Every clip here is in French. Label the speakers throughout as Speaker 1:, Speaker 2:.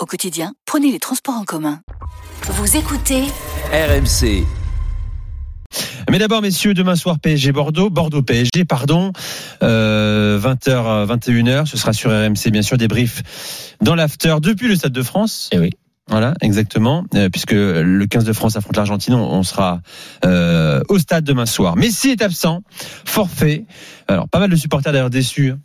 Speaker 1: Au quotidien, prenez les transports en commun.
Speaker 2: Vous écoutez
Speaker 3: RMC.
Speaker 4: Mais d'abord, messieurs, demain soir PSG Bordeaux, Bordeaux PSG, pardon, euh, 20h, 21h, ce sera sur RMC bien sûr, débrief dans l'after depuis le Stade de France.
Speaker 5: Eh oui.
Speaker 4: Voilà, exactement, euh, puisque le 15 de France affronte l'Argentine, on, on sera euh, au stade demain soir. Messi est absent, forfait. Alors, pas mal de supporters d'ailleurs déçus. hein,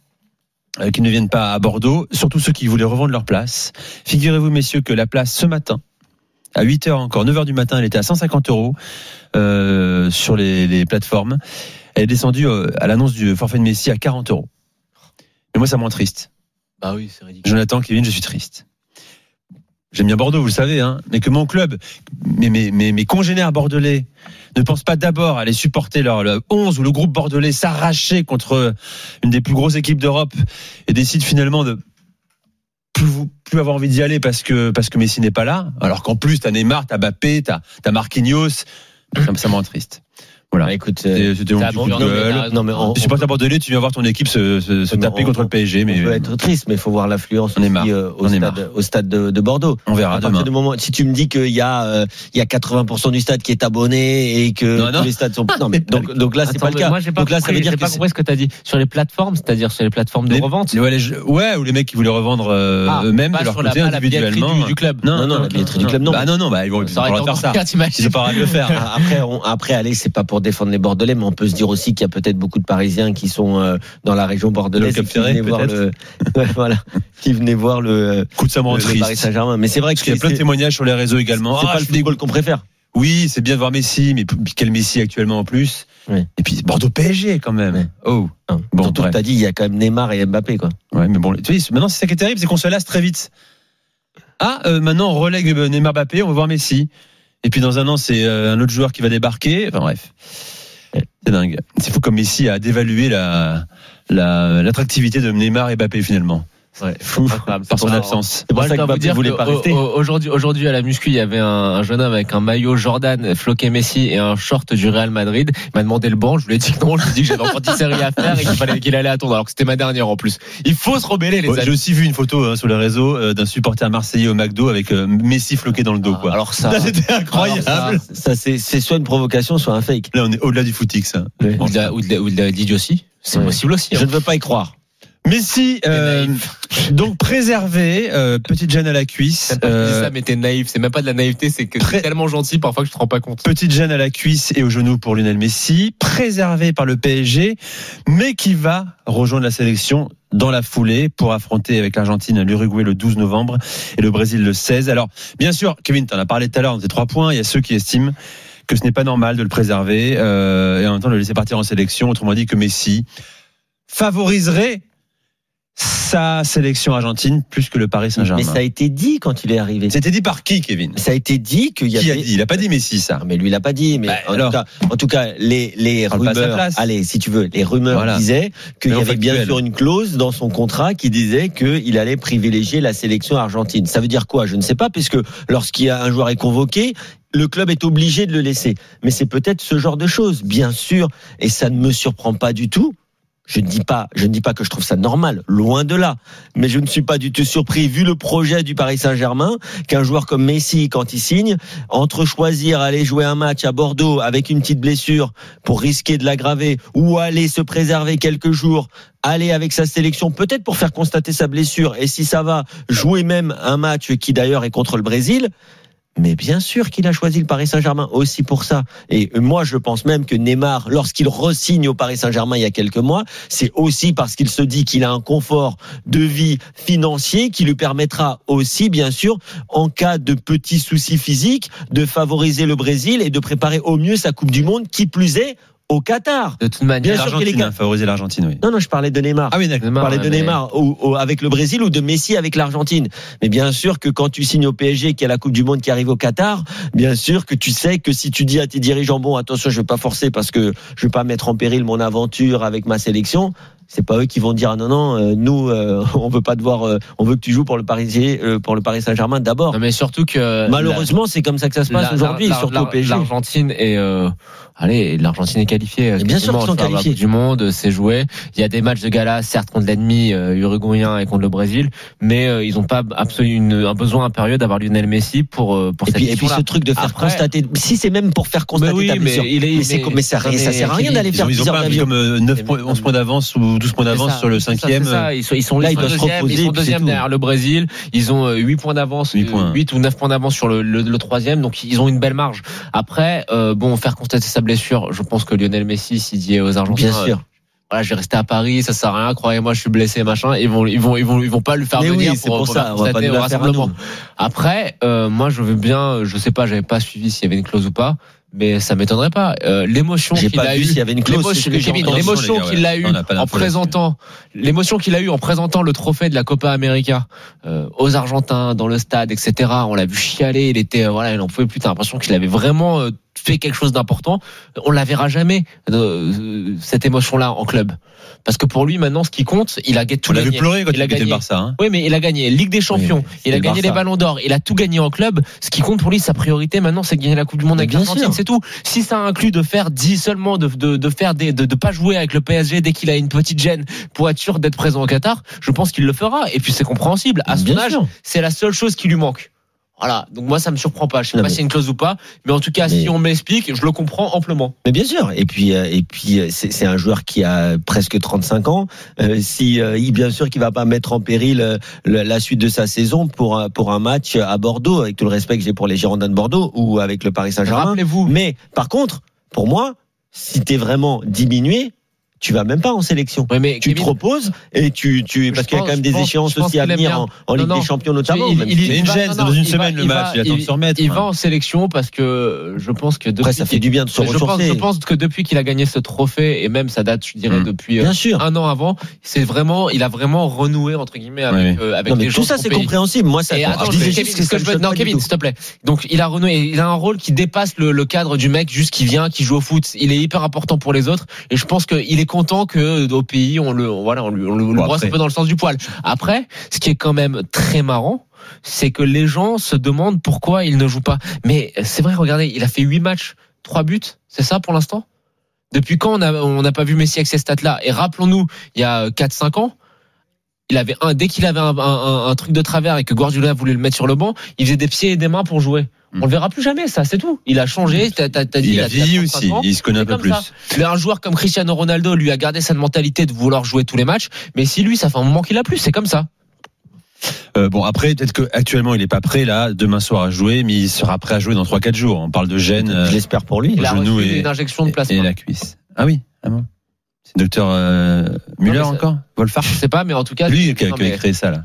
Speaker 4: euh, qui ne viennent pas à Bordeaux, surtout ceux qui voulaient revendre leur place. Figurez-vous, messieurs, que la place ce matin, à 8h encore, 9h du matin, elle était à 150 euros euh, sur les, les plateformes. Elle est descendue euh, à l'annonce du forfait de Messi à 40 euros. Mais moi, ça me rend triste.
Speaker 5: Bah oui, c'est ridicule.
Speaker 4: Jonathan, Kevin, je suis triste. J'aime bien Bordeaux, vous le savez, hein, mais que mon club, mes, mes, mes, mes congénères bordelais, ne pensent pas d'abord à aller supporter leur le 11 ou le groupe bordelais s'arracher contre une des plus grosses équipes d'Europe et décident finalement de plus, vou- plus avoir envie d'y aller parce que, parce que Messi n'est pas là, alors qu'en plus, t'as Neymar, t'as Mbappé, t'as t'as Marquinhos, ça, me- ça me rend triste. Voilà.
Speaker 5: Bah, écoute, euh,
Speaker 4: C'était c'était
Speaker 5: t'as
Speaker 4: mon petit coup de
Speaker 5: bon- non, mais
Speaker 4: gueule.
Speaker 5: t'as- non, mais on-
Speaker 4: Tu
Speaker 5: on
Speaker 4: supportes
Speaker 5: peut-
Speaker 4: à Bordelais, tu viens voir ton équipe se, se- se
Speaker 5: Non,
Speaker 4: taper
Speaker 5: on-
Speaker 4: contre le PSG,
Speaker 5: on
Speaker 4: mais
Speaker 5: peut être triste, mais il faut voir l'affluence
Speaker 4: On est
Speaker 5: aussi,
Speaker 4: marre.
Speaker 5: euh, au,
Speaker 4: On est
Speaker 5: stade, au stade de, de Bordeaux.
Speaker 4: on verra
Speaker 5: À partir
Speaker 4: demain.
Speaker 5: du moment, si tu me dis qu'il y a euh, il y a 80% du stade qui est abonné et que
Speaker 4: Non, non.
Speaker 5: tous les stades sont non, mais donc donc là c'est
Speaker 6: Attends,
Speaker 5: pas le
Speaker 6: mais
Speaker 5: cas.
Speaker 6: Moi, j'ai pas,
Speaker 5: donc là ça veut
Speaker 6: compris,
Speaker 5: dire
Speaker 6: j'ai
Speaker 5: que
Speaker 6: pas
Speaker 5: c'est-
Speaker 6: compris ce que tu as dit. Sur les plateformes, c'est-à-dire sur les plateformes de
Speaker 4: Les-
Speaker 6: revente.
Speaker 4: les- ouais, les jeux- ouais, ou les mecs qui voulaient revendre euh,
Speaker 6: Ah,
Speaker 4: eux-mêmes
Speaker 6: pas
Speaker 4: de leur
Speaker 6: sur la-
Speaker 4: côté
Speaker 6: pas la billetterie
Speaker 4: individuellement.
Speaker 6: du- du club.
Speaker 4: Non,
Speaker 5: Non,
Speaker 4: non,
Speaker 5: non,
Speaker 4: la
Speaker 5: la
Speaker 4: billetterie du
Speaker 5: non.
Speaker 4: club, non.
Speaker 5: Bah
Speaker 4: non, non, bah, ils vont ils vont
Speaker 6: Ça aurait
Speaker 4: pas
Speaker 6: été
Speaker 4: le faire
Speaker 6: encore
Speaker 4: ça.
Speaker 6: pire, t'imagines.
Speaker 4: Ils ont pas arrêté de le faire.
Speaker 5: Ah, Après, on, après, allez, c'est pas pour défendre les Bordelais, mais on peut se dire aussi qu'il y a peut-être beaucoup de Parisiens qui sont euh, dans la région
Speaker 4: Le
Speaker 5: bordelaise
Speaker 4: Cap
Speaker 5: et qui
Speaker 4: Ferré,
Speaker 5: venaient voir le, Ouais, voilà, qui venaient voir le,
Speaker 4: Coup de ça me
Speaker 5: le-
Speaker 4: rend
Speaker 5: le
Speaker 4: triste.
Speaker 5: Paris Saint-Germain. Mais c'est vrai que
Speaker 4: Parce qu'il y a plein de
Speaker 5: c'est-
Speaker 4: témoignages sur les réseaux également.
Speaker 5: C'est
Speaker 4: Ah,
Speaker 5: pas
Speaker 4: je
Speaker 5: le
Speaker 4: suis
Speaker 5: football qu'on préfère.
Speaker 4: Oui, c'est bien de voir Messi, mais p- quel Messi actuellement en plus
Speaker 5: Ouais.
Speaker 4: Et puis Bordeaux PSG quand même.
Speaker 5: Ouais.
Speaker 4: Oh,
Speaker 5: Hein.
Speaker 4: Bon,
Speaker 5: Surtout que
Speaker 4: bref.
Speaker 5: t'as dit, il y a quand même Neymar et Mbappé, quoi.
Speaker 4: ouais, mais bon, tu vois, maintenant c'est ça qui est terrible, c'est qu'on se lasse très vite. Ah, euh, maintenant on relègue euh, Neymar Mbappé, on va voir Messi. Et puis dans un an, c'est euh, un autre joueur qui va débarquer. Enfin bref, c'est dingue. C'est fou comme Messi a dévalué la la- l'attractivité de Neymar et Mbappé finalement.
Speaker 6: Ouais,
Speaker 4: Fou
Speaker 6: incroyable.
Speaker 4: par son
Speaker 6: C'est
Speaker 4: absence.
Speaker 5: C'est pour
Speaker 6: Moi, je
Speaker 5: ça que
Speaker 6: dois vous
Speaker 5: Mbappé
Speaker 6: dire
Speaker 5: voulait
Speaker 6: que
Speaker 5: pas
Speaker 6: au-
Speaker 5: rester.
Speaker 6: au- Aujourd'hui, aujourd'hui, à la muscu, il y avait un, un jeune homme avec un maillot Jordan, floqué Messi et un short du Real Madrid. Il m'a demandé le banc. Je lui ai dit que non. Je lui ai dit que j'avais encore 10 séries à faire et qu'il fallait qu'il allait attendre. Alors que c'était ma dernière en plus. Il faut se rebeller, les
Speaker 4: Ouais, J'ai
Speaker 6: amis.
Speaker 4: aussi vu une photo hein, sur les réseaux euh, d'un supporter marseillais au McDo avec euh, Messi floqué dans le dos.
Speaker 6: Ah,
Speaker 4: quoi.
Speaker 6: alors ça.
Speaker 4: Ça, c'était incroyable.
Speaker 6: Alors
Speaker 5: Ça, c'est c'est soit une provocation, soit un fake.
Speaker 4: Là, on est au-delà du footix. hein.
Speaker 5: Ouais.
Speaker 6: Ou de la- ou de la- ou de la- l'idiotie. C'est
Speaker 5: Ouais.
Speaker 6: possible aussi. hein.
Speaker 5: Je ne veux pas y croire.
Speaker 4: Messi, euh, donc préservé, euh, petite gêne à la cuisse.
Speaker 6: T'as pas dit
Speaker 4: euh,
Speaker 6: ça, mais t'es naïf. C'est même pas de la naïveté, c'est que
Speaker 4: Très-
Speaker 6: t'es tellement gentil parfois que je te rends pas compte.
Speaker 4: Petite gêne à la cuisse et au genou pour Lionel Messi, préservé par le PSG, mais qui va rejoindre la sélection dans la foulée pour affronter avec l'Argentine l'Uruguay le 12 novembre et le Brésil le 16. Alors, bien sûr, Kevin, t'en as parlé tout à l'heure, ces trois points, il y a ceux qui estiment que ce n'est pas normal de le préserver euh, et en même temps de le laisser partir en sélection, autrement dit que Messi favoriserait sa sélection argentine plus que le Paris
Speaker 5: Mais
Speaker 4: Saint-Germain.
Speaker 5: ça a été dit quand il est arrivé.
Speaker 4: C'était dit par qui, Kevin
Speaker 5: Ça a été dit qu'il y
Speaker 4: Qui a
Speaker 5: avait.
Speaker 4: dit Il n'a pas dit Messi, ça.
Speaker 5: Ah, mais lui, il l'a pas dit. Mais
Speaker 4: Bah,
Speaker 5: en,
Speaker 4: alors.
Speaker 5: tout cas, en tout cas, les, les
Speaker 4: Parle pas à sa
Speaker 5: rumeurs.
Speaker 4: place.
Speaker 5: Allez, si tu veux, les rumeurs
Speaker 4: Voilà.
Speaker 5: disaient qu'il y
Speaker 4: Mais on
Speaker 5: avait bien
Speaker 4: factuel.
Speaker 5: sûr une clause dans son contrat qui disait qu'il allait privilégier la sélection argentine. Ça veut dire quoi Je ne sais pas, puisque lorsqu'il y a un joueur est convoqué. Le club est obligé de le laisser. Mais c'est peut-être ce genre de choses, bien sûr. Et ça ne me surprend pas du tout. Je ne dis pas, je ne dis pas que je trouve ça normal, loin de là. Mais je ne suis pas du tout surpris, vu le projet du Paris Saint-Germain, qu'un joueur comme Messi, quand il signe, entre choisir aller jouer un match à Bordeaux avec une petite blessure pour risquer de l'aggraver, ou aller se préserver quelques jours, aller avec sa sélection, peut-être pour faire constater sa blessure, et si ça va, jouer même un match qui d'ailleurs est contre le Brésil. Mais bien sûr qu'il a choisi le Paris Saint-Germain aussi pour ça. Et moi, je pense même que Neymar, lorsqu'il resigne au Paris Saint-Germain il y a quelques mois, c'est aussi parce qu'il se dit qu'il a un confort de vie financier qui lui permettra aussi, bien sûr, en cas de petits soucis physiques, de favoriser le Brésil et de préparer au mieux sa Coupe du Monde, qui plus est au Qatar.
Speaker 6: De toute manière,
Speaker 5: Bien sûr qu'il est
Speaker 4: L'Argentine,
Speaker 5: gars-
Speaker 4: hein, favoriser l'Argentine, oui.
Speaker 5: Non, non, je parlais de Neymar.
Speaker 4: Ah oui, d'accord.
Speaker 5: On parlait de
Speaker 6: ouais, mais-
Speaker 5: Neymar ou- ou avec le Brésil ou de Messi avec l'Argentine. Mais bien sûr que quand tu signes au PSG qu'il y a la Coupe du Monde qui arrive au Qatar, bien sûr que tu sais que si tu dis à tes dirigeants bon attention je vais pas forcer parce que je vais pas mettre en péril mon aventure avec ma sélection. C'est pas eux qui vont dire ah non non euh, nous euh, on veut pas te voir euh, on veut que tu joues pour le Parisien euh, pour le Paris Saint-Germain d'abord.
Speaker 6: Non, mais surtout que. euh,
Speaker 5: Malheureusement c'est comme ça que ça se
Speaker 6: la-
Speaker 5: passe
Speaker 6: la-
Speaker 5: aujourd'hui
Speaker 6: la-
Speaker 5: surtout
Speaker 6: la-
Speaker 5: au PSG.
Speaker 6: L'Argentine est. euh, allez, l'Argentine est qualifiée.
Speaker 5: Mais bien sûr qu'ils sont
Speaker 6: Enfin, la
Speaker 5: qualifiés.
Speaker 6: Coupe Du monde, euh, c'est joué. Il y a des matchs de gala, certes contre l'ennemi euh, uruguayen et contre le Brésil, mais euh, ils n'ont pas absolument une- un besoin impérieux d'avoir Lionel Messi pour euh, pour
Speaker 5: Et
Speaker 6: cette
Speaker 5: puis, et puis
Speaker 6: mission-là.
Speaker 5: ce truc de faire
Speaker 6: Après-
Speaker 5: constater si c'est même pour faire constater ta blessure.
Speaker 6: il est-
Speaker 5: Mais c'est comme- mais ça-
Speaker 6: non,
Speaker 5: ça sert à rien
Speaker 6: Kelly,
Speaker 5: d'aller
Speaker 6: ils
Speaker 4: Ils
Speaker 5: faire
Speaker 4: ont, ils ont
Speaker 5: plusieurs
Speaker 4: pas mis
Speaker 5: avions.
Speaker 4: comme euh, 9 points, 11 points d'avance ou 12 points
Speaker 6: C'est
Speaker 4: d'avance
Speaker 6: ça,
Speaker 4: sur le
Speaker 6: c'est ça,
Speaker 4: cinquième.
Speaker 6: c'est ça. Ils sont, ils sont là,
Speaker 5: Là,
Speaker 6: ils,
Speaker 5: ils
Speaker 6: sont
Speaker 5: doivent se
Speaker 6: deuxièmes,
Speaker 5: reposer,
Speaker 6: ils sont
Speaker 5: puis c'est
Speaker 6: deuxièmes
Speaker 5: tout.
Speaker 6: derrière le Brésil. Ils ont 8 points d'avance,
Speaker 4: Huit points.
Speaker 6: 8 ou 9 points d'avance sur le, le, le troisième, donc ils ont une belle marge. Après, euh, bon, faire constater sa blessure, je pense que Lionel Messi, s'il dit aux Argentins,
Speaker 5: Bien
Speaker 6: euh,
Speaker 5: sûr.
Speaker 6: voilà, je vais rester à Paris, ça sert à rien, croyez-moi, je suis blessé, machin, ils vont, ils vont, ils vont, ils vont pas le faire
Speaker 5: Mais oui,
Speaker 6: venir
Speaker 5: c'est pour
Speaker 6: faire
Speaker 5: ça, on va pas
Speaker 6: constater
Speaker 5: nous
Speaker 6: au
Speaker 5: la faire à
Speaker 6: rassemblement.
Speaker 5: nous.
Speaker 6: Après, euh, moi, je veux bien, je sais pas, j'avais pas suivi s'il y avait une clause ou pas, mais ça m'étonnerait pas. Euh, l'émotion
Speaker 5: J'ai
Speaker 6: qu'il
Speaker 5: pas
Speaker 6: a
Speaker 5: vu
Speaker 6: eue,
Speaker 5: s'il y avait une clause. c'est ce
Speaker 6: l'émotion
Speaker 5: que j'ai
Speaker 6: Kevin,
Speaker 5: entendu.
Speaker 4: les
Speaker 6: l'émotion
Speaker 4: les gars,
Speaker 6: qu'il a
Speaker 4: ouais.
Speaker 6: eu
Speaker 4: On n'a pas
Speaker 6: en
Speaker 4: d'infos
Speaker 6: présentant, l'émotion qu'il a eu en présentant le trophée de la Copa América euh, aux Argentins dans le stade, etc. On l'a vu chialer, il était euh, voilà, il en pouvait plus. T'as l'impression qu'il avait vraiment euh, fait quelque chose d'important. On la verra jamais euh, cette émotion-là en club, parce que pour lui maintenant, ce qui compte, il a ga- tout
Speaker 4: On l'a vu
Speaker 6: gagné.
Speaker 4: pleurer quand
Speaker 6: Il
Speaker 4: il
Speaker 6: a
Speaker 4: a gagné
Speaker 6: gagné.
Speaker 4: Barça. hein.
Speaker 6: Oui, mais il a gagné Ligue des Champions, il a
Speaker 5: le
Speaker 6: gagné les
Speaker 5: Barça.
Speaker 6: Ballons d'Or, il a tout gagné en club. Ce qui compte pour lui, sa priorité maintenant, c'est de gagner la Coupe du Monde
Speaker 5: Mais
Speaker 6: avec
Speaker 5: bien
Speaker 6: l'Argentine,
Speaker 5: sûr.
Speaker 6: c'est tout. Si ça inclut de faire 10 seulement, de, de, de faire des, de, de pas jouer avec le PSG dès qu'il a une petite gêne pour être sûr d'être présent au Qatar, je pense qu'il le fera. Et puis c'est compréhensible. À son
Speaker 5: Bien
Speaker 6: âge,
Speaker 5: sûr.
Speaker 6: c'est la seule chose qui lui manque. Voilà. Donc moi, ça me surprend pas. Je sais
Speaker 5: Non, mais-
Speaker 6: pas s'il y a une clause ou pas, mais en tout cas,
Speaker 5: Mais-
Speaker 6: si on me l'explique, je le comprends amplement.
Speaker 5: Mais bien sûr. Et puis, euh, et puis, euh, c'est c'est un joueur qui a presque 35 ans. Euh, si, euh, il- bien sûr, qu'il va pas mettre en péril euh, le- la suite de sa saison pour un, pour un match à Bordeaux, avec tout le respect que j'ai pour les Girondins de Bordeaux ou avec le Paris Saint-Germain.
Speaker 6: Rappelez-vous.
Speaker 5: Mais par contre, pour moi, si t'es vraiment diminué, tu vas même pas en sélection.
Speaker 6: Ouais, mais
Speaker 5: Tu te
Speaker 6: Kevin,
Speaker 5: reposes et tu, tu parce
Speaker 6: Je
Speaker 5: qu'il y a quand
Speaker 6: pense-
Speaker 5: même des
Speaker 6: je pense-
Speaker 5: échéances
Speaker 6: je pense
Speaker 5: aussi à
Speaker 6: qu'il aime
Speaker 5: venir
Speaker 6: bien.
Speaker 5: en, en
Speaker 6: Non,
Speaker 5: Ligue
Speaker 6: non.
Speaker 5: des Champions notamment.
Speaker 6: Il-
Speaker 5: même
Speaker 6: il-
Speaker 5: si-
Speaker 6: il-
Speaker 4: Mais une
Speaker 6: va-
Speaker 4: gêne,
Speaker 6: non,
Speaker 4: c'est dans
Speaker 6: non,
Speaker 4: une
Speaker 6: il
Speaker 4: semaine
Speaker 6: va-
Speaker 4: le
Speaker 6: il
Speaker 4: match.
Speaker 6: va-
Speaker 4: Il attend de
Speaker 6: il-
Speaker 4: s'en remettre.
Speaker 6: il va en sélection parce que je pense que
Speaker 5: Après,
Speaker 6: depuis
Speaker 5: ça fait du bien de se
Speaker 6: Mais je pense,
Speaker 5: ressourcer.
Speaker 6: je pense que depuis qu'il a gagné ce trophée et même ça date, je dirais,
Speaker 4: Mm.
Speaker 6: depuis euh,
Speaker 5: Bien sûr.
Speaker 6: un an avant, c'est vraiment, il a vraiment renoué entre guillemets avec, euh, avec
Speaker 5: Non,
Speaker 6: les
Speaker 5: mais
Speaker 6: gens
Speaker 5: tout
Speaker 6: de
Speaker 5: ça,
Speaker 6: son
Speaker 5: c'est
Speaker 6: pays.
Speaker 5: compréhensible. Moi, ça. Ah,
Speaker 6: Et
Speaker 5: je
Speaker 6: attends, je
Speaker 5: disais
Speaker 6: Kevin,
Speaker 5: juste
Speaker 6: ce que je veux-
Speaker 5: choque
Speaker 6: non,
Speaker 5: pas du
Speaker 6: Kevin,
Speaker 5: tout.
Speaker 6: s'il te plaît. Donc, il a renoué, il a un rôle qui dépasse le, le cadre du mec juste qui vient, qui joue au foot. Il est hyper important pour les autres. Et je pense qu'il est content que, euh, au pays, on le, on- voilà, on, lui- on le on le
Speaker 4: Bon,
Speaker 6: brosse
Speaker 4: après.
Speaker 6: un peu dans le sens du poil. Après, ce qui est quand même très marrant, c'est que les gens se demandent pourquoi il ne joue pas. Mais c'est vrai, regardez, il a fait 8 matchs, 3 buts, c'est ça pour l'instant? Depuis quand on a- on n'a pas vu Messi avec ces stats-là Et rappelons-nous, il y a 4-5 ans, il avait un, dès qu'il avait un, un- un- un truc de travers et que Guardiola voulait le mettre sur le banc, il faisait des pieds et des mains pour jouer.
Speaker 4: Mm.
Speaker 6: On le verra plus jamais, ça, c'est tout. Il a changé, t'as t'as- t'as dit.
Speaker 4: Il a vieilli
Speaker 6: 35
Speaker 4: aussi.
Speaker 6: ans.
Speaker 4: Il se connaît un
Speaker 6: C'est
Speaker 4: peu
Speaker 6: comme
Speaker 4: plus.
Speaker 6: ça. Mais un joueur comme Cristiano Ronaldo lui a gardé cette mentalité de vouloir jouer tous les matchs, mais si lui, ça fait un moment qu'il a plus, c'est comme ça.
Speaker 4: Euh, bon, après, peut-être qu'actuellement, il n'est pas prêt, là, demain soir à jouer, mais il sera prêt à jouer dans 3-4 jours. On parle de gêne euh,
Speaker 5: Je l'espère pour lui.
Speaker 4: Le
Speaker 6: Il a
Speaker 4: genou
Speaker 6: reçu
Speaker 4: est-
Speaker 6: une injection de
Speaker 4: et
Speaker 6: plasma.
Speaker 4: la cuisse. Ah oui, ah bon. C'est docteur euh, Müller
Speaker 6: mais ça-
Speaker 4: encore Wolfhard
Speaker 6: Je sais pas, mais en tout cas,
Speaker 4: Lui qui a,
Speaker 6: non,
Speaker 4: qui a
Speaker 6: mais
Speaker 4: créé ça, là.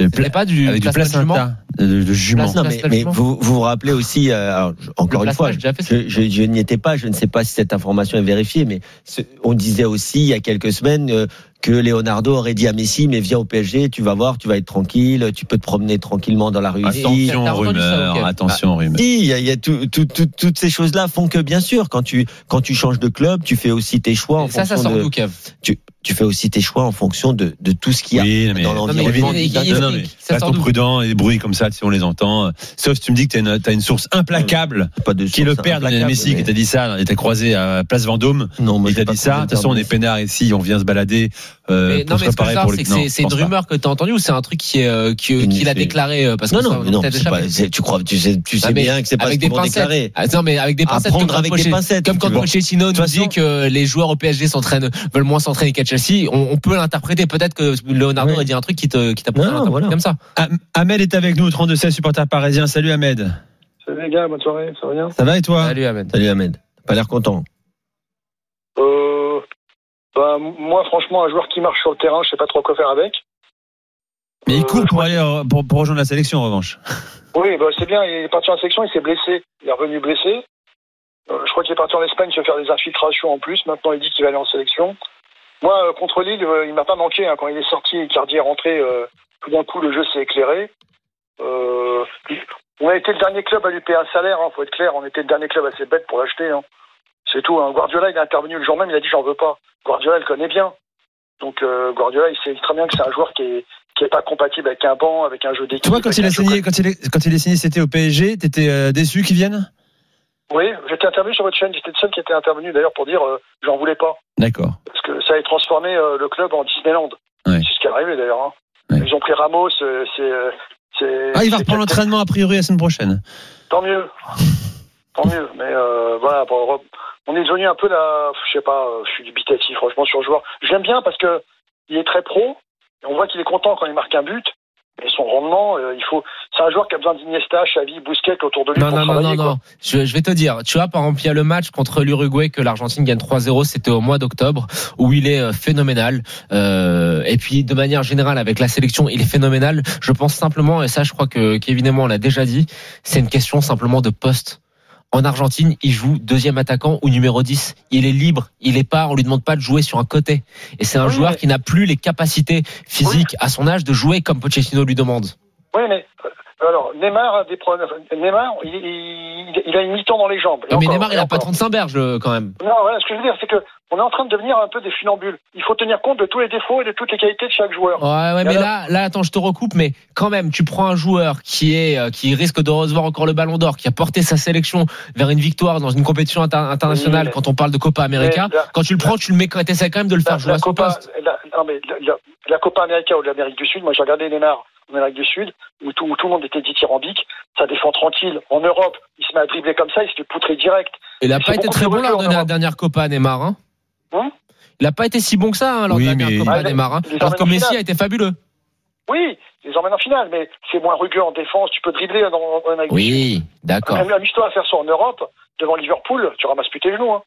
Speaker 4: Le
Speaker 6: c'était
Speaker 4: pla-
Speaker 6: pas du
Speaker 4: avec du
Speaker 6: plasma de jument.
Speaker 4: placenta de, de- de jument.
Speaker 6: Placenta.
Speaker 5: Non, mais, mais vous, vous vous rappelez aussi, euh, alors, je- encore
Speaker 6: Le
Speaker 5: une
Speaker 6: plasma,
Speaker 5: fois,
Speaker 6: j'ai déjà fait ça.
Speaker 5: je, je- je n'y étais pas, je ne sais pas si cette information est vérifiée, mais ce- on disait aussi il y a quelques semaines euh, que Leonardo aurait dit à Messi, mais viens au PSG, tu vas voir, tu vas être tranquille, tu peux te promener tranquillement
Speaker 6: Ah,
Speaker 5: dans la rue ici.
Speaker 4: Ah, Attention
Speaker 6: T'as
Speaker 4: aux
Speaker 6: entendu ça,
Speaker 4: rumeurs,
Speaker 6: ok. Ah.
Speaker 4: attention aux rumeurs.
Speaker 5: Si, il y a, il y a tout- tout- tout- toutes ces choses-là font que, bien sûr, quand tu, quand tu changes de club, tu fais aussi tes choix en
Speaker 6: Et Ça, ça
Speaker 5: fonction
Speaker 6: sort
Speaker 5: de,
Speaker 6: d'où, Kev
Speaker 5: tu, tu fais aussi tes choix en fonction de, de tout ce qu'il y a.
Speaker 4: Oui, non, mais,
Speaker 5: dans
Speaker 4: Non,
Speaker 6: l'environnement.
Speaker 4: Kevin,
Speaker 6: Il- il-
Speaker 4: non,
Speaker 6: il-
Speaker 4: non, mais
Speaker 6: ça sort
Speaker 4: restons
Speaker 6: d'où
Speaker 4: prudents, et les bruits comme ça, si on les entend. euh, Sauf si tu me dis que tu as une, t'as une source implacable,
Speaker 6: Ah,
Speaker 5: Pas de
Speaker 4: qui est le père de Lionel Messi, qui t'a dit ça, il t'a croisé à Place Vendôme,
Speaker 5: Non, moi,
Speaker 4: il
Speaker 5: j'ai
Speaker 4: t'a
Speaker 5: pas
Speaker 4: dit ça. De toute façon, on est peinard ici, on vient se balader euh,
Speaker 6: Mais non,
Speaker 4: pour se
Speaker 6: mais ce que
Speaker 4: préparer
Speaker 6: je veux
Speaker 4: pour
Speaker 6: savoir,
Speaker 4: les
Speaker 6: c'est que
Speaker 4: Non,
Speaker 6: c'est-
Speaker 4: je
Speaker 6: c'est une
Speaker 4: pense pas.
Speaker 6: rumeur que t'as entendue ou c'est un truc qui est, euh, qui-
Speaker 5: Une-
Speaker 6: qu'il a
Speaker 5: c'est-
Speaker 6: déclaré euh, parce que
Speaker 5: Non,
Speaker 6: ça,
Speaker 5: non,
Speaker 6: on
Speaker 5: mais non,
Speaker 6: peut-être
Speaker 5: c'est
Speaker 6: échappé.
Speaker 5: pas- c'est- tu crois, tu sais, tu sais
Speaker 6: Ah, mais
Speaker 5: bien que c'est pas ce
Speaker 6: avec
Speaker 5: qu'ils
Speaker 6: des
Speaker 5: vont
Speaker 6: pincettes.
Speaker 5: déclarer.
Speaker 6: Ah, non, mais avec des
Speaker 5: À
Speaker 6: pincettes.
Speaker 5: prendre
Speaker 6: comme
Speaker 5: avec
Speaker 6: quand
Speaker 5: des
Speaker 6: Poche-
Speaker 5: pincettes,
Speaker 6: Comme quand
Speaker 5: bon.
Speaker 6: Pochettino nous
Speaker 5: toute
Speaker 6: dit
Speaker 5: façon-
Speaker 6: que les joueurs au PSG s'entraînent, veulent moins s'entraîner qu'à Chelsea, on, on peut l'interpréter. Peut-être que Leonardo
Speaker 5: Ouais.
Speaker 6: a dit un truc qui te, qui t'a poussé à
Speaker 5: Non,
Speaker 6: l'interpréter
Speaker 5: voilà.
Speaker 6: comme ça.
Speaker 4: Am- Ahmed est avec nous au 32-16, supporter parisien. Salut Ahmed.
Speaker 7: Salut les gars, bonne soirée, ça va bien
Speaker 4: Ça va et toi
Speaker 6: Salut, Ahmed.
Speaker 5: Salut Ahmed. Pas l'air content.
Speaker 7: euh, bah, Moi, franchement, un joueur qui marche sur le terrain, je sais pas trop quoi faire avec.
Speaker 4: Mais il
Speaker 7: Euh,
Speaker 4: court
Speaker 7: je
Speaker 4: pour aller euh, pour, pour rejoindre la sélection en revanche.
Speaker 7: Oui, bah, c'est bien, il est parti en section, il s'est blessé. Il est revenu blessé. Euh, je crois qu'il est parti en Espagne se faire des infiltrations en plus. Maintenant, il dit qu'il va aller en sélection. Moi, euh, contre Lille, euh, il m'a pas manqué. hein. Quand il est sorti et qu'Icardi est rentré, euh, tout d'un coup, le jeu s'est éclairé. Euh, on a été le dernier club à lui payer un salaire, hein, faut être clair. On était le dernier club assez bête pour l'acheter. hein. C'est tout. hein. Guardiola, il est intervenu le jour même, il a dit j'en veux pas. Guardiola, il connaît bien. Donc euh, Guardiola, il sait très bien que c'est un joueur qui est, qui est pas compatible avec un banc, avec un jeu d'équipe.
Speaker 4: Tu vois, quand
Speaker 7: avec
Speaker 4: il
Speaker 7: un
Speaker 4: a
Speaker 7: jeu
Speaker 4: signé, quand il est- quand il est signé, c'était au PSG, t'étais euh, déçu qu'il vienne
Speaker 7: Oui, j'étais intervenu sur votre chaîne, j'étais le seul qui était intervenu d'ailleurs pour dire euh, j'en voulais pas.
Speaker 4: D'accord.
Speaker 7: Parce que ça avait transformé euh, le club en Disneyland.
Speaker 4: Ouais.
Speaker 7: C'est ce qui est arrivé d'ailleurs. hein.
Speaker 4: Ouais.
Speaker 7: Ils ont pris Ramos, euh, c'est. euh, c'est-
Speaker 4: Ah, il va
Speaker 7: c'est-
Speaker 4: reprendre l'entraînement a priori la semaine prochaine.
Speaker 7: Tant mieux. Tant mieux. Mais euh, voilà, pour Europe, on est devenu un peu la. Je sais pas, euh, je suis dubitatif franchement sur le joueur. J'aime bien parce que il est très pro. et on voit qu'il est content quand il marque un but. Et son rendement, euh, il faut. C'est un joueur qui a besoin d'Iniesta, Xavi, Busquets autour de lui
Speaker 6: Non,
Speaker 7: pour
Speaker 6: non, non,
Speaker 7: travailler.
Speaker 6: non,
Speaker 7: quoi.
Speaker 6: non. Je, je vais te dire, tu vois, par exemple, il y a le match contre l'Uruguay que l'Argentine gagne 3-0, c'était au mois d'octobre, où il est euh, phénoménal. Euh, et puis, de manière générale, avec la sélection, il est phénoménal. Je pense simplement, et ça, je crois que Kevin et moi, on l'a déjà dit, c'est une question simplement de poste. En Argentine, il joue deuxième attaquant ou numéro 10. Il est libre, il est pas, on lui demande pas de jouer sur un côté. Et c'est un
Speaker 7: Oui,
Speaker 6: joueur
Speaker 7: mais-
Speaker 6: qui n'a plus les capacités physiques à son âge de jouer comme Pochettino lui demande.
Speaker 7: Oui, mais euh, alors Neymar a des problèmes. Neymar, il, il- il a une mi-temps dans les jambes. Et
Speaker 6: Non, mais
Speaker 7: encore,
Speaker 6: Neymar,
Speaker 7: et
Speaker 6: il a pas
Speaker 7: encore.
Speaker 6: 35 berges euh, quand même.
Speaker 7: Non, voilà, ce que je veux dire, c'est que on est en train de devenir un peu des funambules. Il faut tenir compte de tous les défauts et de toutes les qualités de chaque joueur.
Speaker 6: Ouais, ouais,
Speaker 7: Et
Speaker 6: mais
Speaker 7: alors
Speaker 6: là, là, attends, je te recoupe, mais quand même, tu prends un joueur qui est, euh, qui risque de recevoir encore le Ballon d'Or, qui a porté sa sélection vers une victoire dans une compétition inter- internationale.
Speaker 7: Oui, mais-
Speaker 6: Quand on parle de Copa América,
Speaker 7: Mais la-
Speaker 6: quand tu le prends, tu le mets, quand t'essaies quand même de le faire jouer à son
Speaker 7: Copa,
Speaker 6: poste.
Speaker 7: la, non, mais la, la- la Copa América ou de l'Amérique du Sud, moi j'ai regardé Neymar en Amérique du Sud, où tout, où tout le monde était dithyrambique, ça défend tranquille. En Europe, il se met à dribbler comme ça, il se fait poutrer direct.
Speaker 6: Il a
Speaker 7: c'est
Speaker 6: pas été
Speaker 7: beaucoup
Speaker 6: très
Speaker 7: plus
Speaker 6: bon
Speaker 7: reculé
Speaker 6: lors
Speaker 7: en
Speaker 6: de la
Speaker 7: Europe.
Speaker 6: dernière Copa Neymar. Hein
Speaker 7: Hein
Speaker 6: il a pas été si bon que ça hein, lors
Speaker 4: Oui,
Speaker 6: de la dernière
Speaker 4: mais-
Speaker 6: Copa
Speaker 7: Ah, mais-
Speaker 6: Neymar. hein.
Speaker 7: il est
Speaker 6: Alors que
Speaker 7: en
Speaker 6: Messi
Speaker 7: finale.
Speaker 6: a été fabuleux.
Speaker 7: Oui, ils les emmènent en finale, mais c'est moins rugueux en défense, tu peux dribbler en, en Amérique du Sud.
Speaker 6: Oui,
Speaker 7: Ah,
Speaker 6: d'accord.
Speaker 7: Amuse-toi à faire ça en Europe, devant Liverpool, tu ramasses plus tes genoux. hein.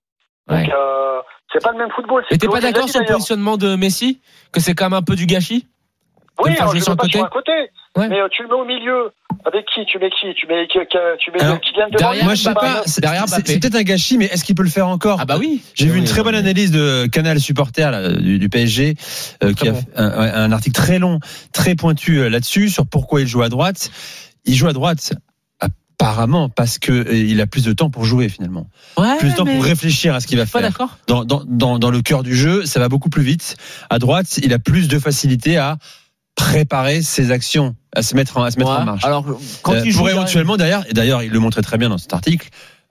Speaker 6: Ouais.
Speaker 7: Donc, euh, c'est pas le même football.
Speaker 6: Et
Speaker 7: c'est
Speaker 6: t'es
Speaker 7: plus
Speaker 6: pas
Speaker 7: haut des
Speaker 6: d'accord
Speaker 7: amis,
Speaker 6: sur le
Speaker 7: d'ailleurs.
Speaker 6: positionnement de Messi Que c'est quand même un peu du gâchis
Speaker 7: Oui,
Speaker 6: de faire
Speaker 7: alors,
Speaker 6: jouer
Speaker 7: je
Speaker 6: sur le
Speaker 7: le mets pas
Speaker 6: côté
Speaker 7: sur un côté.
Speaker 6: Ouais.
Speaker 7: Mais euh, tu le mets au milieu. Avec qui Tu mets qui Tu mets, qui- qui- tu mets
Speaker 4: Alors,
Speaker 7: Kylian devant
Speaker 6: derrière,
Speaker 7: lui,
Speaker 4: Moi, je sais
Speaker 7: Mbappé.
Speaker 4: pas. C'est
Speaker 6: Derrière
Speaker 4: c'est-
Speaker 6: Mbappé.
Speaker 4: c'est peut-être un gâchis, mais est-ce qu'il peut le faire encore
Speaker 6: Ah bah oui
Speaker 4: J'ai vu
Speaker 5: Oui,
Speaker 4: une très
Speaker 5: oui,
Speaker 4: bonne
Speaker 5: oui.
Speaker 4: analyse de Canal Supporter là, du, du PSG euh, qui
Speaker 6: Très
Speaker 4: a
Speaker 6: bon.
Speaker 4: fait un, ouais, un article très long, très pointu euh, là-dessus sur pourquoi il joue à droite. Il joue à droite apparemment parce que euh, il a plus de temps pour jouer finalement,
Speaker 6: Ah Ouais,
Speaker 4: plus de temps
Speaker 6: mais
Speaker 4: pour réfléchir à ce qu'il va
Speaker 6: Pas
Speaker 4: faire.
Speaker 6: d'accord
Speaker 4: Dans, dans, dans, dans le cœur du jeu, ça va beaucoup plus vite. À droite, il a plus de facilité à préparer ses actions, à se mettre en, à se mettre
Speaker 6: Ouais.
Speaker 4: en marche.
Speaker 6: Alors, quand
Speaker 4: Euh,
Speaker 6: il joue
Speaker 4: pour éventuellement derrière, et d'ailleurs il le montrait très bien dans cet article,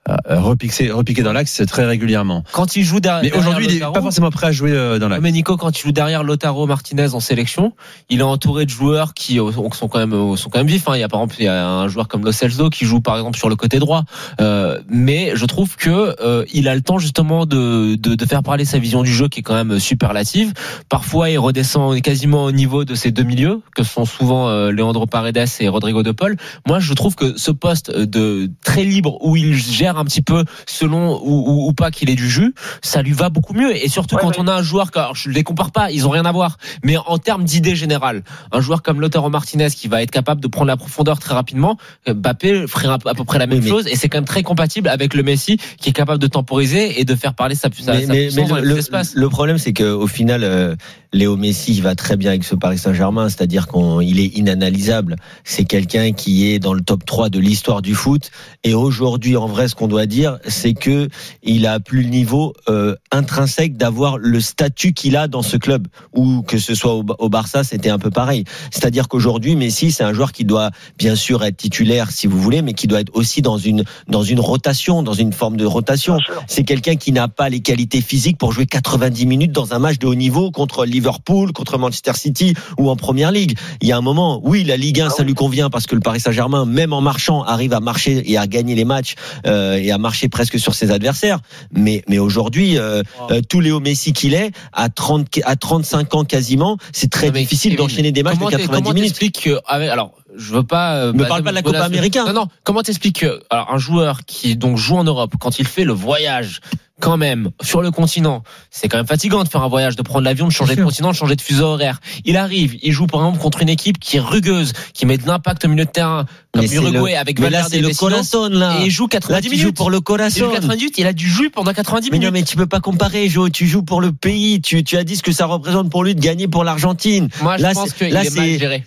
Speaker 4: euh, euh, repixer- repiquer dans l'axe très régulièrement.
Speaker 6: quand il joue derrière.
Speaker 4: Mais aujourd'hui, il n'est
Speaker 6: derrière
Speaker 4: pas
Speaker 6: Lautaro-
Speaker 4: forcément prêt à jouer euh, dans
Speaker 6: Ouais,
Speaker 4: l'axe.
Speaker 6: Mais Nico, quand il joue derrière Lotaro Martinez en sélection, il est entouré de joueurs qui euh, sont quand même euh, sont quand même vifs. hein. Il y a par exemple il y a un joueur comme Lo Celso qui joue par exemple sur le côté droit. Euh, mais je trouve que euh, il a le temps justement de, de de faire parler sa vision du jeu qui est quand même euh, superlative. Parfois, il redescend quasiment au niveau de ces deux milieux que sont souvent euh, Leandro Paredes et Rodrigo De Paul. Moi, je trouve que ce poste de très libre où il gère un petit peu selon ou, ou- ou pas qu'il ait du jus, ça lui va beaucoup mieux. Et surtout
Speaker 7: Ouais,
Speaker 6: quand
Speaker 7: mais-
Speaker 6: on a un joueur, que- alors, je les compare pas, ils ont rien à voir, mais en termes d'idée générale, un joueur comme Lautaro Martinez qui va être capable de prendre la profondeur très rapidement, euh, Mbappé ferait à peu à peu près la même
Speaker 5: Oui, mais-
Speaker 6: chose. Et c'est quand même très compatible avec le Messi qui est capable de temporiser et de faire parler sa, pu- sa,
Speaker 5: Mais,
Speaker 6: sa
Speaker 5: mais-
Speaker 6: puissance
Speaker 5: mais
Speaker 6: dans les
Speaker 5: le,
Speaker 6: petits espaces.
Speaker 5: le problème, c'est que au final, euh, Léo Messi il va très bien avec ce Paris Saint-Germain, c'est-à-dire qu'il est inanalysable. C'est quelqu'un qui est dans le top 3 de l'histoire du foot. Et aujourd'hui, en vrai, ce qu'on doit dire, c'est que il a plus le niveau euh, intrinsèque d'avoir le statut qu'il a dans ce club, ou que ce soit au, au Barça, c'était un peu pareil. C'est-à-dire qu'aujourd'hui, Messi, c'est un joueur qui doit bien sûr être titulaire, si vous voulez, mais qui doit être aussi dans une dans une rotation, dans une forme de rotation.
Speaker 7: Bien sûr.
Speaker 5: C'est quelqu'un qui n'a pas les qualités physiques pour jouer 90 minutes dans un match de haut niveau contre Liverpool, contre Manchester City ou en Première Ligue. Il y a un moment, oui, la Ligue
Speaker 6: Ah
Speaker 5: 1, ça lui convient parce que le Paris Saint-Germain, même en marchant, arrive à marcher et à gagner les matchs euh, et à marcher presque sur ses adversaires. Mais, mais aujourd'hui, euh, euh, tout Léo Messi qu'il est, à, 30, à 35 ans quasiment, c'est très
Speaker 6: Non, mais
Speaker 5: difficile
Speaker 6: Kevin,
Speaker 5: d'enchaîner des matchs de
Speaker 6: comment t'es-
Speaker 5: 90
Speaker 6: comment
Speaker 5: minutes.
Speaker 6: t'expliques que avec- alors je veux pas euh,
Speaker 5: Me
Speaker 6: baser
Speaker 5: parle pas de la
Speaker 6: mon
Speaker 5: Copa
Speaker 6: audace-
Speaker 5: Américaine.
Speaker 6: Non non, comment t'expliques que alors, un joueur qui donc joue en Europe quand il fait le voyage quand même sur le continent. C'est quand même fatigant de faire un voyage, de prendre l'avion, de changer de
Speaker 4: Bien sûr.
Speaker 6: continent, de changer de fuseau horaire. Il arrive, il joue par exemple contre une équipe qui est rugueuse, qui met de l'impact au milieu de terrain, comme
Speaker 5: Mais c'est le-
Speaker 6: l'Uruguay avec
Speaker 5: Mais là,
Speaker 6: Valverde
Speaker 5: c'est
Speaker 6: et
Speaker 5: le
Speaker 6: Vecino,
Speaker 5: Corazon, là.
Speaker 6: Et il joue 90
Speaker 5: Là, tu
Speaker 6: minutes.
Speaker 5: joues pour le
Speaker 6: Il joue
Speaker 5: Corazon.
Speaker 6: 90 minutes, il a du jus pendant 90
Speaker 5: Mais non,
Speaker 6: minutes.
Speaker 5: mais tu peux pas comparer, Jo. Tu joues pour le pays. Tu, tu as dit ce que ça représente pour lui de gagner pour l'Argentine.
Speaker 6: Moi, je
Speaker 5: là,
Speaker 6: pense
Speaker 5: c'est-
Speaker 6: qu'il
Speaker 5: là,
Speaker 6: est mal
Speaker 5: c'est-
Speaker 6: géré.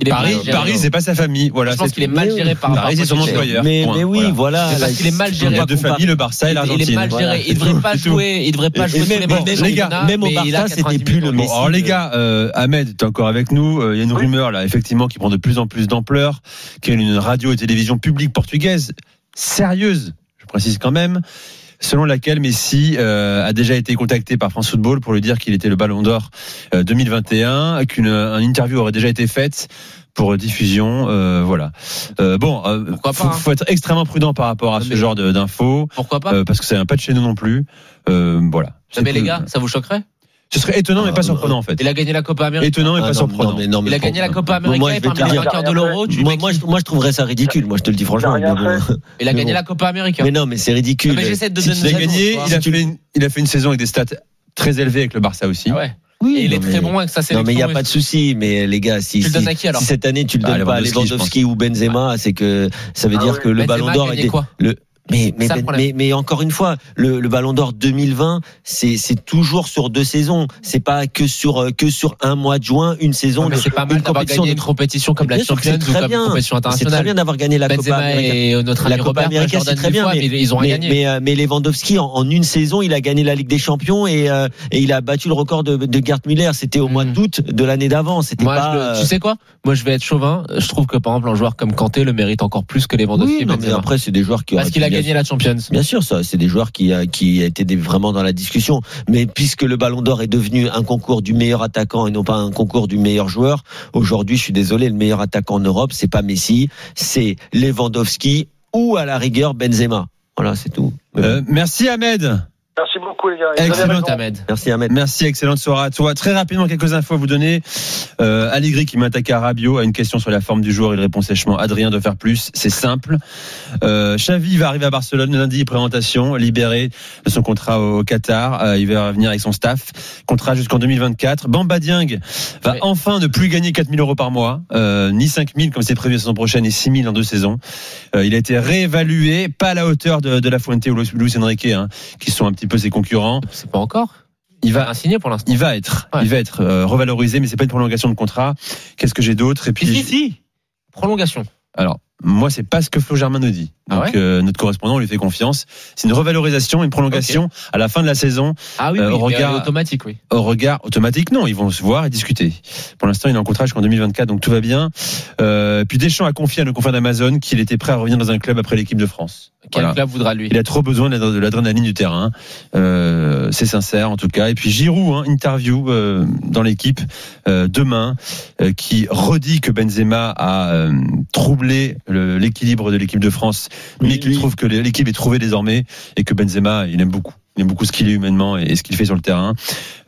Speaker 6: Il est
Speaker 4: Paris,
Speaker 6: mal géré.
Speaker 4: Paris, c'est pas sa famille. Voilà,
Speaker 6: je pense
Speaker 4: c'est
Speaker 6: qu'il est
Speaker 4: tout.
Speaker 6: mal géré par rapport
Speaker 4: Paris, c'est son
Speaker 6: Pochettino.
Speaker 4: employeur.
Speaker 5: Mais,
Speaker 4: Point.
Speaker 5: mais oui,
Speaker 4: Voilà.
Speaker 5: voilà.
Speaker 6: C'est parce qu'il est mal
Speaker 5: tu peux
Speaker 6: géré.
Speaker 5: pas
Speaker 4: Il y a deux
Speaker 5: comparer.
Speaker 4: familles, le Barça et
Speaker 6: Il est
Speaker 4: l'Argentine.
Speaker 6: mal
Speaker 5: Voilà.
Speaker 6: géré. Il devrait pas
Speaker 4: C'est tout.
Speaker 6: jouer. Il devrait pas
Speaker 5: Et-
Speaker 6: jouer.
Speaker 5: et
Speaker 6: tous les
Speaker 5: même-
Speaker 6: matchs
Speaker 5: bon,
Speaker 6: de
Speaker 5: les
Speaker 6: championnat,
Speaker 5: gars, même au
Speaker 6: mais il a
Speaker 5: Barça, c'était
Speaker 6: 90
Speaker 5: plus
Speaker 6: minutes.
Speaker 5: le
Speaker 4: Bon,
Speaker 5: Messi,
Speaker 4: alors les
Speaker 5: euh,
Speaker 4: gars, euh, Ahmed, t'es encore avec nous. Euh, Il y a une rumeur là, effectivement, qui prend de plus en plus d'ampleur, qui est une radio et télévision publique portugaise sérieuse. Je précise quand même, selon laquelle Messi euh, a déjà été contacté par France Football pour lui dire qu'il était le Ballon d'Or euh, 2021, qu'une un interview aurait déjà été faite pour diffusion. euh, voilà. Euh, bon, euh,
Speaker 6: Pourquoi pas,
Speaker 4: faut,
Speaker 6: hein.
Speaker 4: faut être extrêmement prudent par rapport à ce
Speaker 6: Mais-
Speaker 4: genre de- d'infos
Speaker 6: Pourquoi pas
Speaker 4: euh, parce que ça vient pas de chez nous non plus. Euh, voilà.
Speaker 6: Non, Mais
Speaker 4: C'est
Speaker 6: les
Speaker 4: tout.
Speaker 6: gars, ça vous choquerait
Speaker 4: ce serait étonnant mais
Speaker 5: Ah,
Speaker 4: pas surprenant en fait.
Speaker 6: Il a gagné la Copa América.
Speaker 4: Étonnant mais
Speaker 5: Ah,
Speaker 4: pas
Speaker 5: non,
Speaker 4: surprenant.
Speaker 5: non, mais non, mais
Speaker 6: Il a gagné la Copa América
Speaker 5: Moi, je
Speaker 6: et
Speaker 5: vais te
Speaker 6: parmi les
Speaker 5: dire-
Speaker 6: vainqueurs de l'Euro, tu
Speaker 5: Moi,
Speaker 6: mets
Speaker 5: moi,
Speaker 6: qui
Speaker 5: je, moi, je trouverais ça ridicule. Moi, je te le dis franchement.
Speaker 7: rien
Speaker 5: mais bon.
Speaker 6: Il a
Speaker 5: Mais
Speaker 6: gagné
Speaker 5: bon.
Speaker 6: la Copa América.
Speaker 5: Mais non, mais c'est ridicule.
Speaker 6: Non, mais j'essaie de
Speaker 5: Si
Speaker 6: donner
Speaker 5: tu
Speaker 4: Il a
Speaker 5: l'as gagné,
Speaker 4: gagné, il a, fait une, il a fait une saison avec des stats très élevées avec le Barça aussi.
Speaker 6: Ah ouais.
Speaker 5: Oui,
Speaker 6: Et il est
Speaker 5: non,
Speaker 6: très
Speaker 5: mais-
Speaker 6: bon avec sa sélection.
Speaker 5: Non, mais il n'y a pas de souci. Mais les gars, si,
Speaker 6: Tu le
Speaker 5: si-
Speaker 6: donnes à qui, alors
Speaker 5: si cette année tu le
Speaker 4: Ah,
Speaker 5: donnes pas à
Speaker 4: Lewandowski, je
Speaker 5: Lewandowski ou Benzema, c'est que ça veut
Speaker 7: Ah
Speaker 5: dire
Speaker 7: oui.
Speaker 5: que le
Speaker 6: Benzema
Speaker 5: Ballon
Speaker 6: a
Speaker 5: d'Or
Speaker 6: gagné
Speaker 5: est
Speaker 6: quoi
Speaker 5: Mais, mais,
Speaker 6: ça, le
Speaker 5: mais,
Speaker 6: problème.
Speaker 5: mais- mais encore une fois, le, le Ballon d'Or 2020, c'est c'est toujours sur deux saisons. C'est pas que sur euh, que sur un mois de juin, une saison.
Speaker 6: Non, mais
Speaker 5: de-
Speaker 6: c'est pas mal
Speaker 5: une
Speaker 6: d'avoir
Speaker 5: compétition
Speaker 6: gagné une
Speaker 5: de-
Speaker 6: compétition comme la
Speaker 5: Bien sûr que
Speaker 6: Champions
Speaker 5: c'est
Speaker 6: ou
Speaker 5: très
Speaker 6: comme une
Speaker 5: bien.
Speaker 6: compétition
Speaker 5: C'est très bien
Speaker 6: internationale.
Speaker 5: d'avoir gagné la Copa
Speaker 6: Benzema
Speaker 5: América.
Speaker 6: et notre ami
Speaker 5: La Copa
Speaker 6: Robert
Speaker 5: América, c'est
Speaker 6: Jordan
Speaker 5: très
Speaker 6: mille
Speaker 5: bien,
Speaker 6: fois,
Speaker 5: mais-
Speaker 6: mais ils ont
Speaker 5: mais,
Speaker 6: rien gagné.
Speaker 5: mais, euh, mais Lewandowski, en, en une saison, il a gagné la Ligue des Champions et, euh, et il a battu le record de, de Gerd Müller. C'était au mois
Speaker 6: Mm.
Speaker 5: d'août de l'année d'avant. C'était
Speaker 6: Moi,
Speaker 5: pas.
Speaker 6: je le-
Speaker 5: euh,
Speaker 6: tu sais quoi Moi, je vais être chauvin. Je trouve que par exemple, un joueur comme Kanté le mérite encore plus que les Lewandowski.
Speaker 5: euh, oui,
Speaker 6: et
Speaker 5: non, mais
Speaker 6: Benzema.
Speaker 5: après, c'est des joueurs qui
Speaker 6: parce
Speaker 5: auraient
Speaker 6: qu'il a
Speaker 5: pu
Speaker 6: gagné la Champions.
Speaker 5: Bien sûr, ça, c'est des joueurs qui euh, qui étaient des- vraiment dans la discussion. Mais puisque le Ballon d'Or est devenu un concours du meilleur attaquant et non pas un concours du meilleur joueur, aujourd'hui, je suis désolé, le meilleur attaquant en Europe, c'est pas Messi, c'est Lewandowski ou à la rigueur Benzema. Voilà, c'est tout. Mais bon.
Speaker 4: Euh, merci Ahmed.
Speaker 7: Merci beaucoup, les gars. Vous avez
Speaker 4: Excellent.
Speaker 7: raison.
Speaker 6: Ahmed.
Speaker 5: Merci Ahmed.
Speaker 4: Merci, excellente soirée à toi. Très rapidement, quelques infos à vous donner. Euh, Allegri qui m'attaque à Rabiot a une question sur la forme du joueur. Il répond sèchement Adrien de faire plus. C'est simple. Euh, Xavi va arriver à Barcelone lundi. Présentation libéré de son contrat au Qatar. Euh, il va revenir avec son staff. Contrat jusqu'en 2024. Bamba Dieng va
Speaker 6: Oui.
Speaker 4: enfin ne plus gagner 4000 euros par mois, euh, ni 5000 comme c'est prévu la saison prochaine et 6000 en deux saisons. Euh, il a été réévalué, pas à la hauteur de, de La Fuente ou Luis Enrique, hein, qui sont un petit peu ses concurrents.
Speaker 6: C'est pas encore.
Speaker 4: Il va
Speaker 6: Pas insigné pour l'instant.
Speaker 4: il va être,
Speaker 6: Ouais.
Speaker 4: il va être euh, revalorisé, mais c'est pas une prolongation de contrat. Qu'est-ce que j'ai d'autre Et puis,
Speaker 6: Si, si, si. Prolongation.
Speaker 4: alors moi, c'est pas ce que Flo Germain nous dit.
Speaker 6: Ah
Speaker 4: Donc
Speaker 6: ouais
Speaker 4: euh, notre correspondant on lui fait confiance. C'est une revalorisation, une prolongation à la fin de la saison.
Speaker 6: Ah oui,
Speaker 4: Euh,
Speaker 6: oui, mais,
Speaker 4: regard-
Speaker 6: euh, automatique, oui.
Speaker 4: Au regard automatique, non, ils vont se voir et discuter. Pour l'instant, il est en contrat jusqu'en 2024, donc tout va bien. Euh, puis Deschamps a confié à nos confrères d'Amazon qu'il était prêt à revenir dans un club après l'équipe de France.
Speaker 6: Quel
Speaker 4: Voilà.
Speaker 6: club voudra lui
Speaker 4: Il a trop besoin de l'adr- de l'adrénaline du terrain. Euh, c'est sincère en tout cas. Et puis Giroud, hein, interview euh, dans l'équipe euh, demain, euh, qui redit que Benzema a euh, troublé le- l'équilibre de l'équipe de France,
Speaker 5: Oui,
Speaker 4: mais qu'il
Speaker 5: lui.
Speaker 4: trouve que l'équipe est trouvée désormais et que Benzema, il aime beaucoup. Il aime beaucoup ce qu'il est humainement et et ce qu'il fait sur le terrain.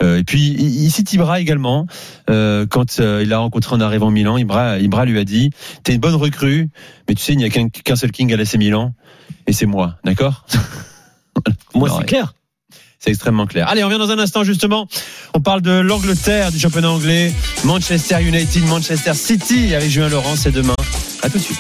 Speaker 4: Euh, et puis, il il cite Ibra également. Euh, quand euh, il l'a rencontré en arrivant au Milan, Ibra, Ibra lui a dit T'es une bonne recrue, mais tu sais, il n'y a qu'un qu'un seul king à l'AC Milan, et c'est moi, d'accord
Speaker 5: Moi,
Speaker 4: Ouais.
Speaker 5: c'est clair.
Speaker 4: c'est extrêmement clair. Allez, on revient dans un instant justement. On parle de l'Angleterre, du championnat anglais, Manchester United, Manchester City avec Julien Laurent. C'est demain. À tout de suite.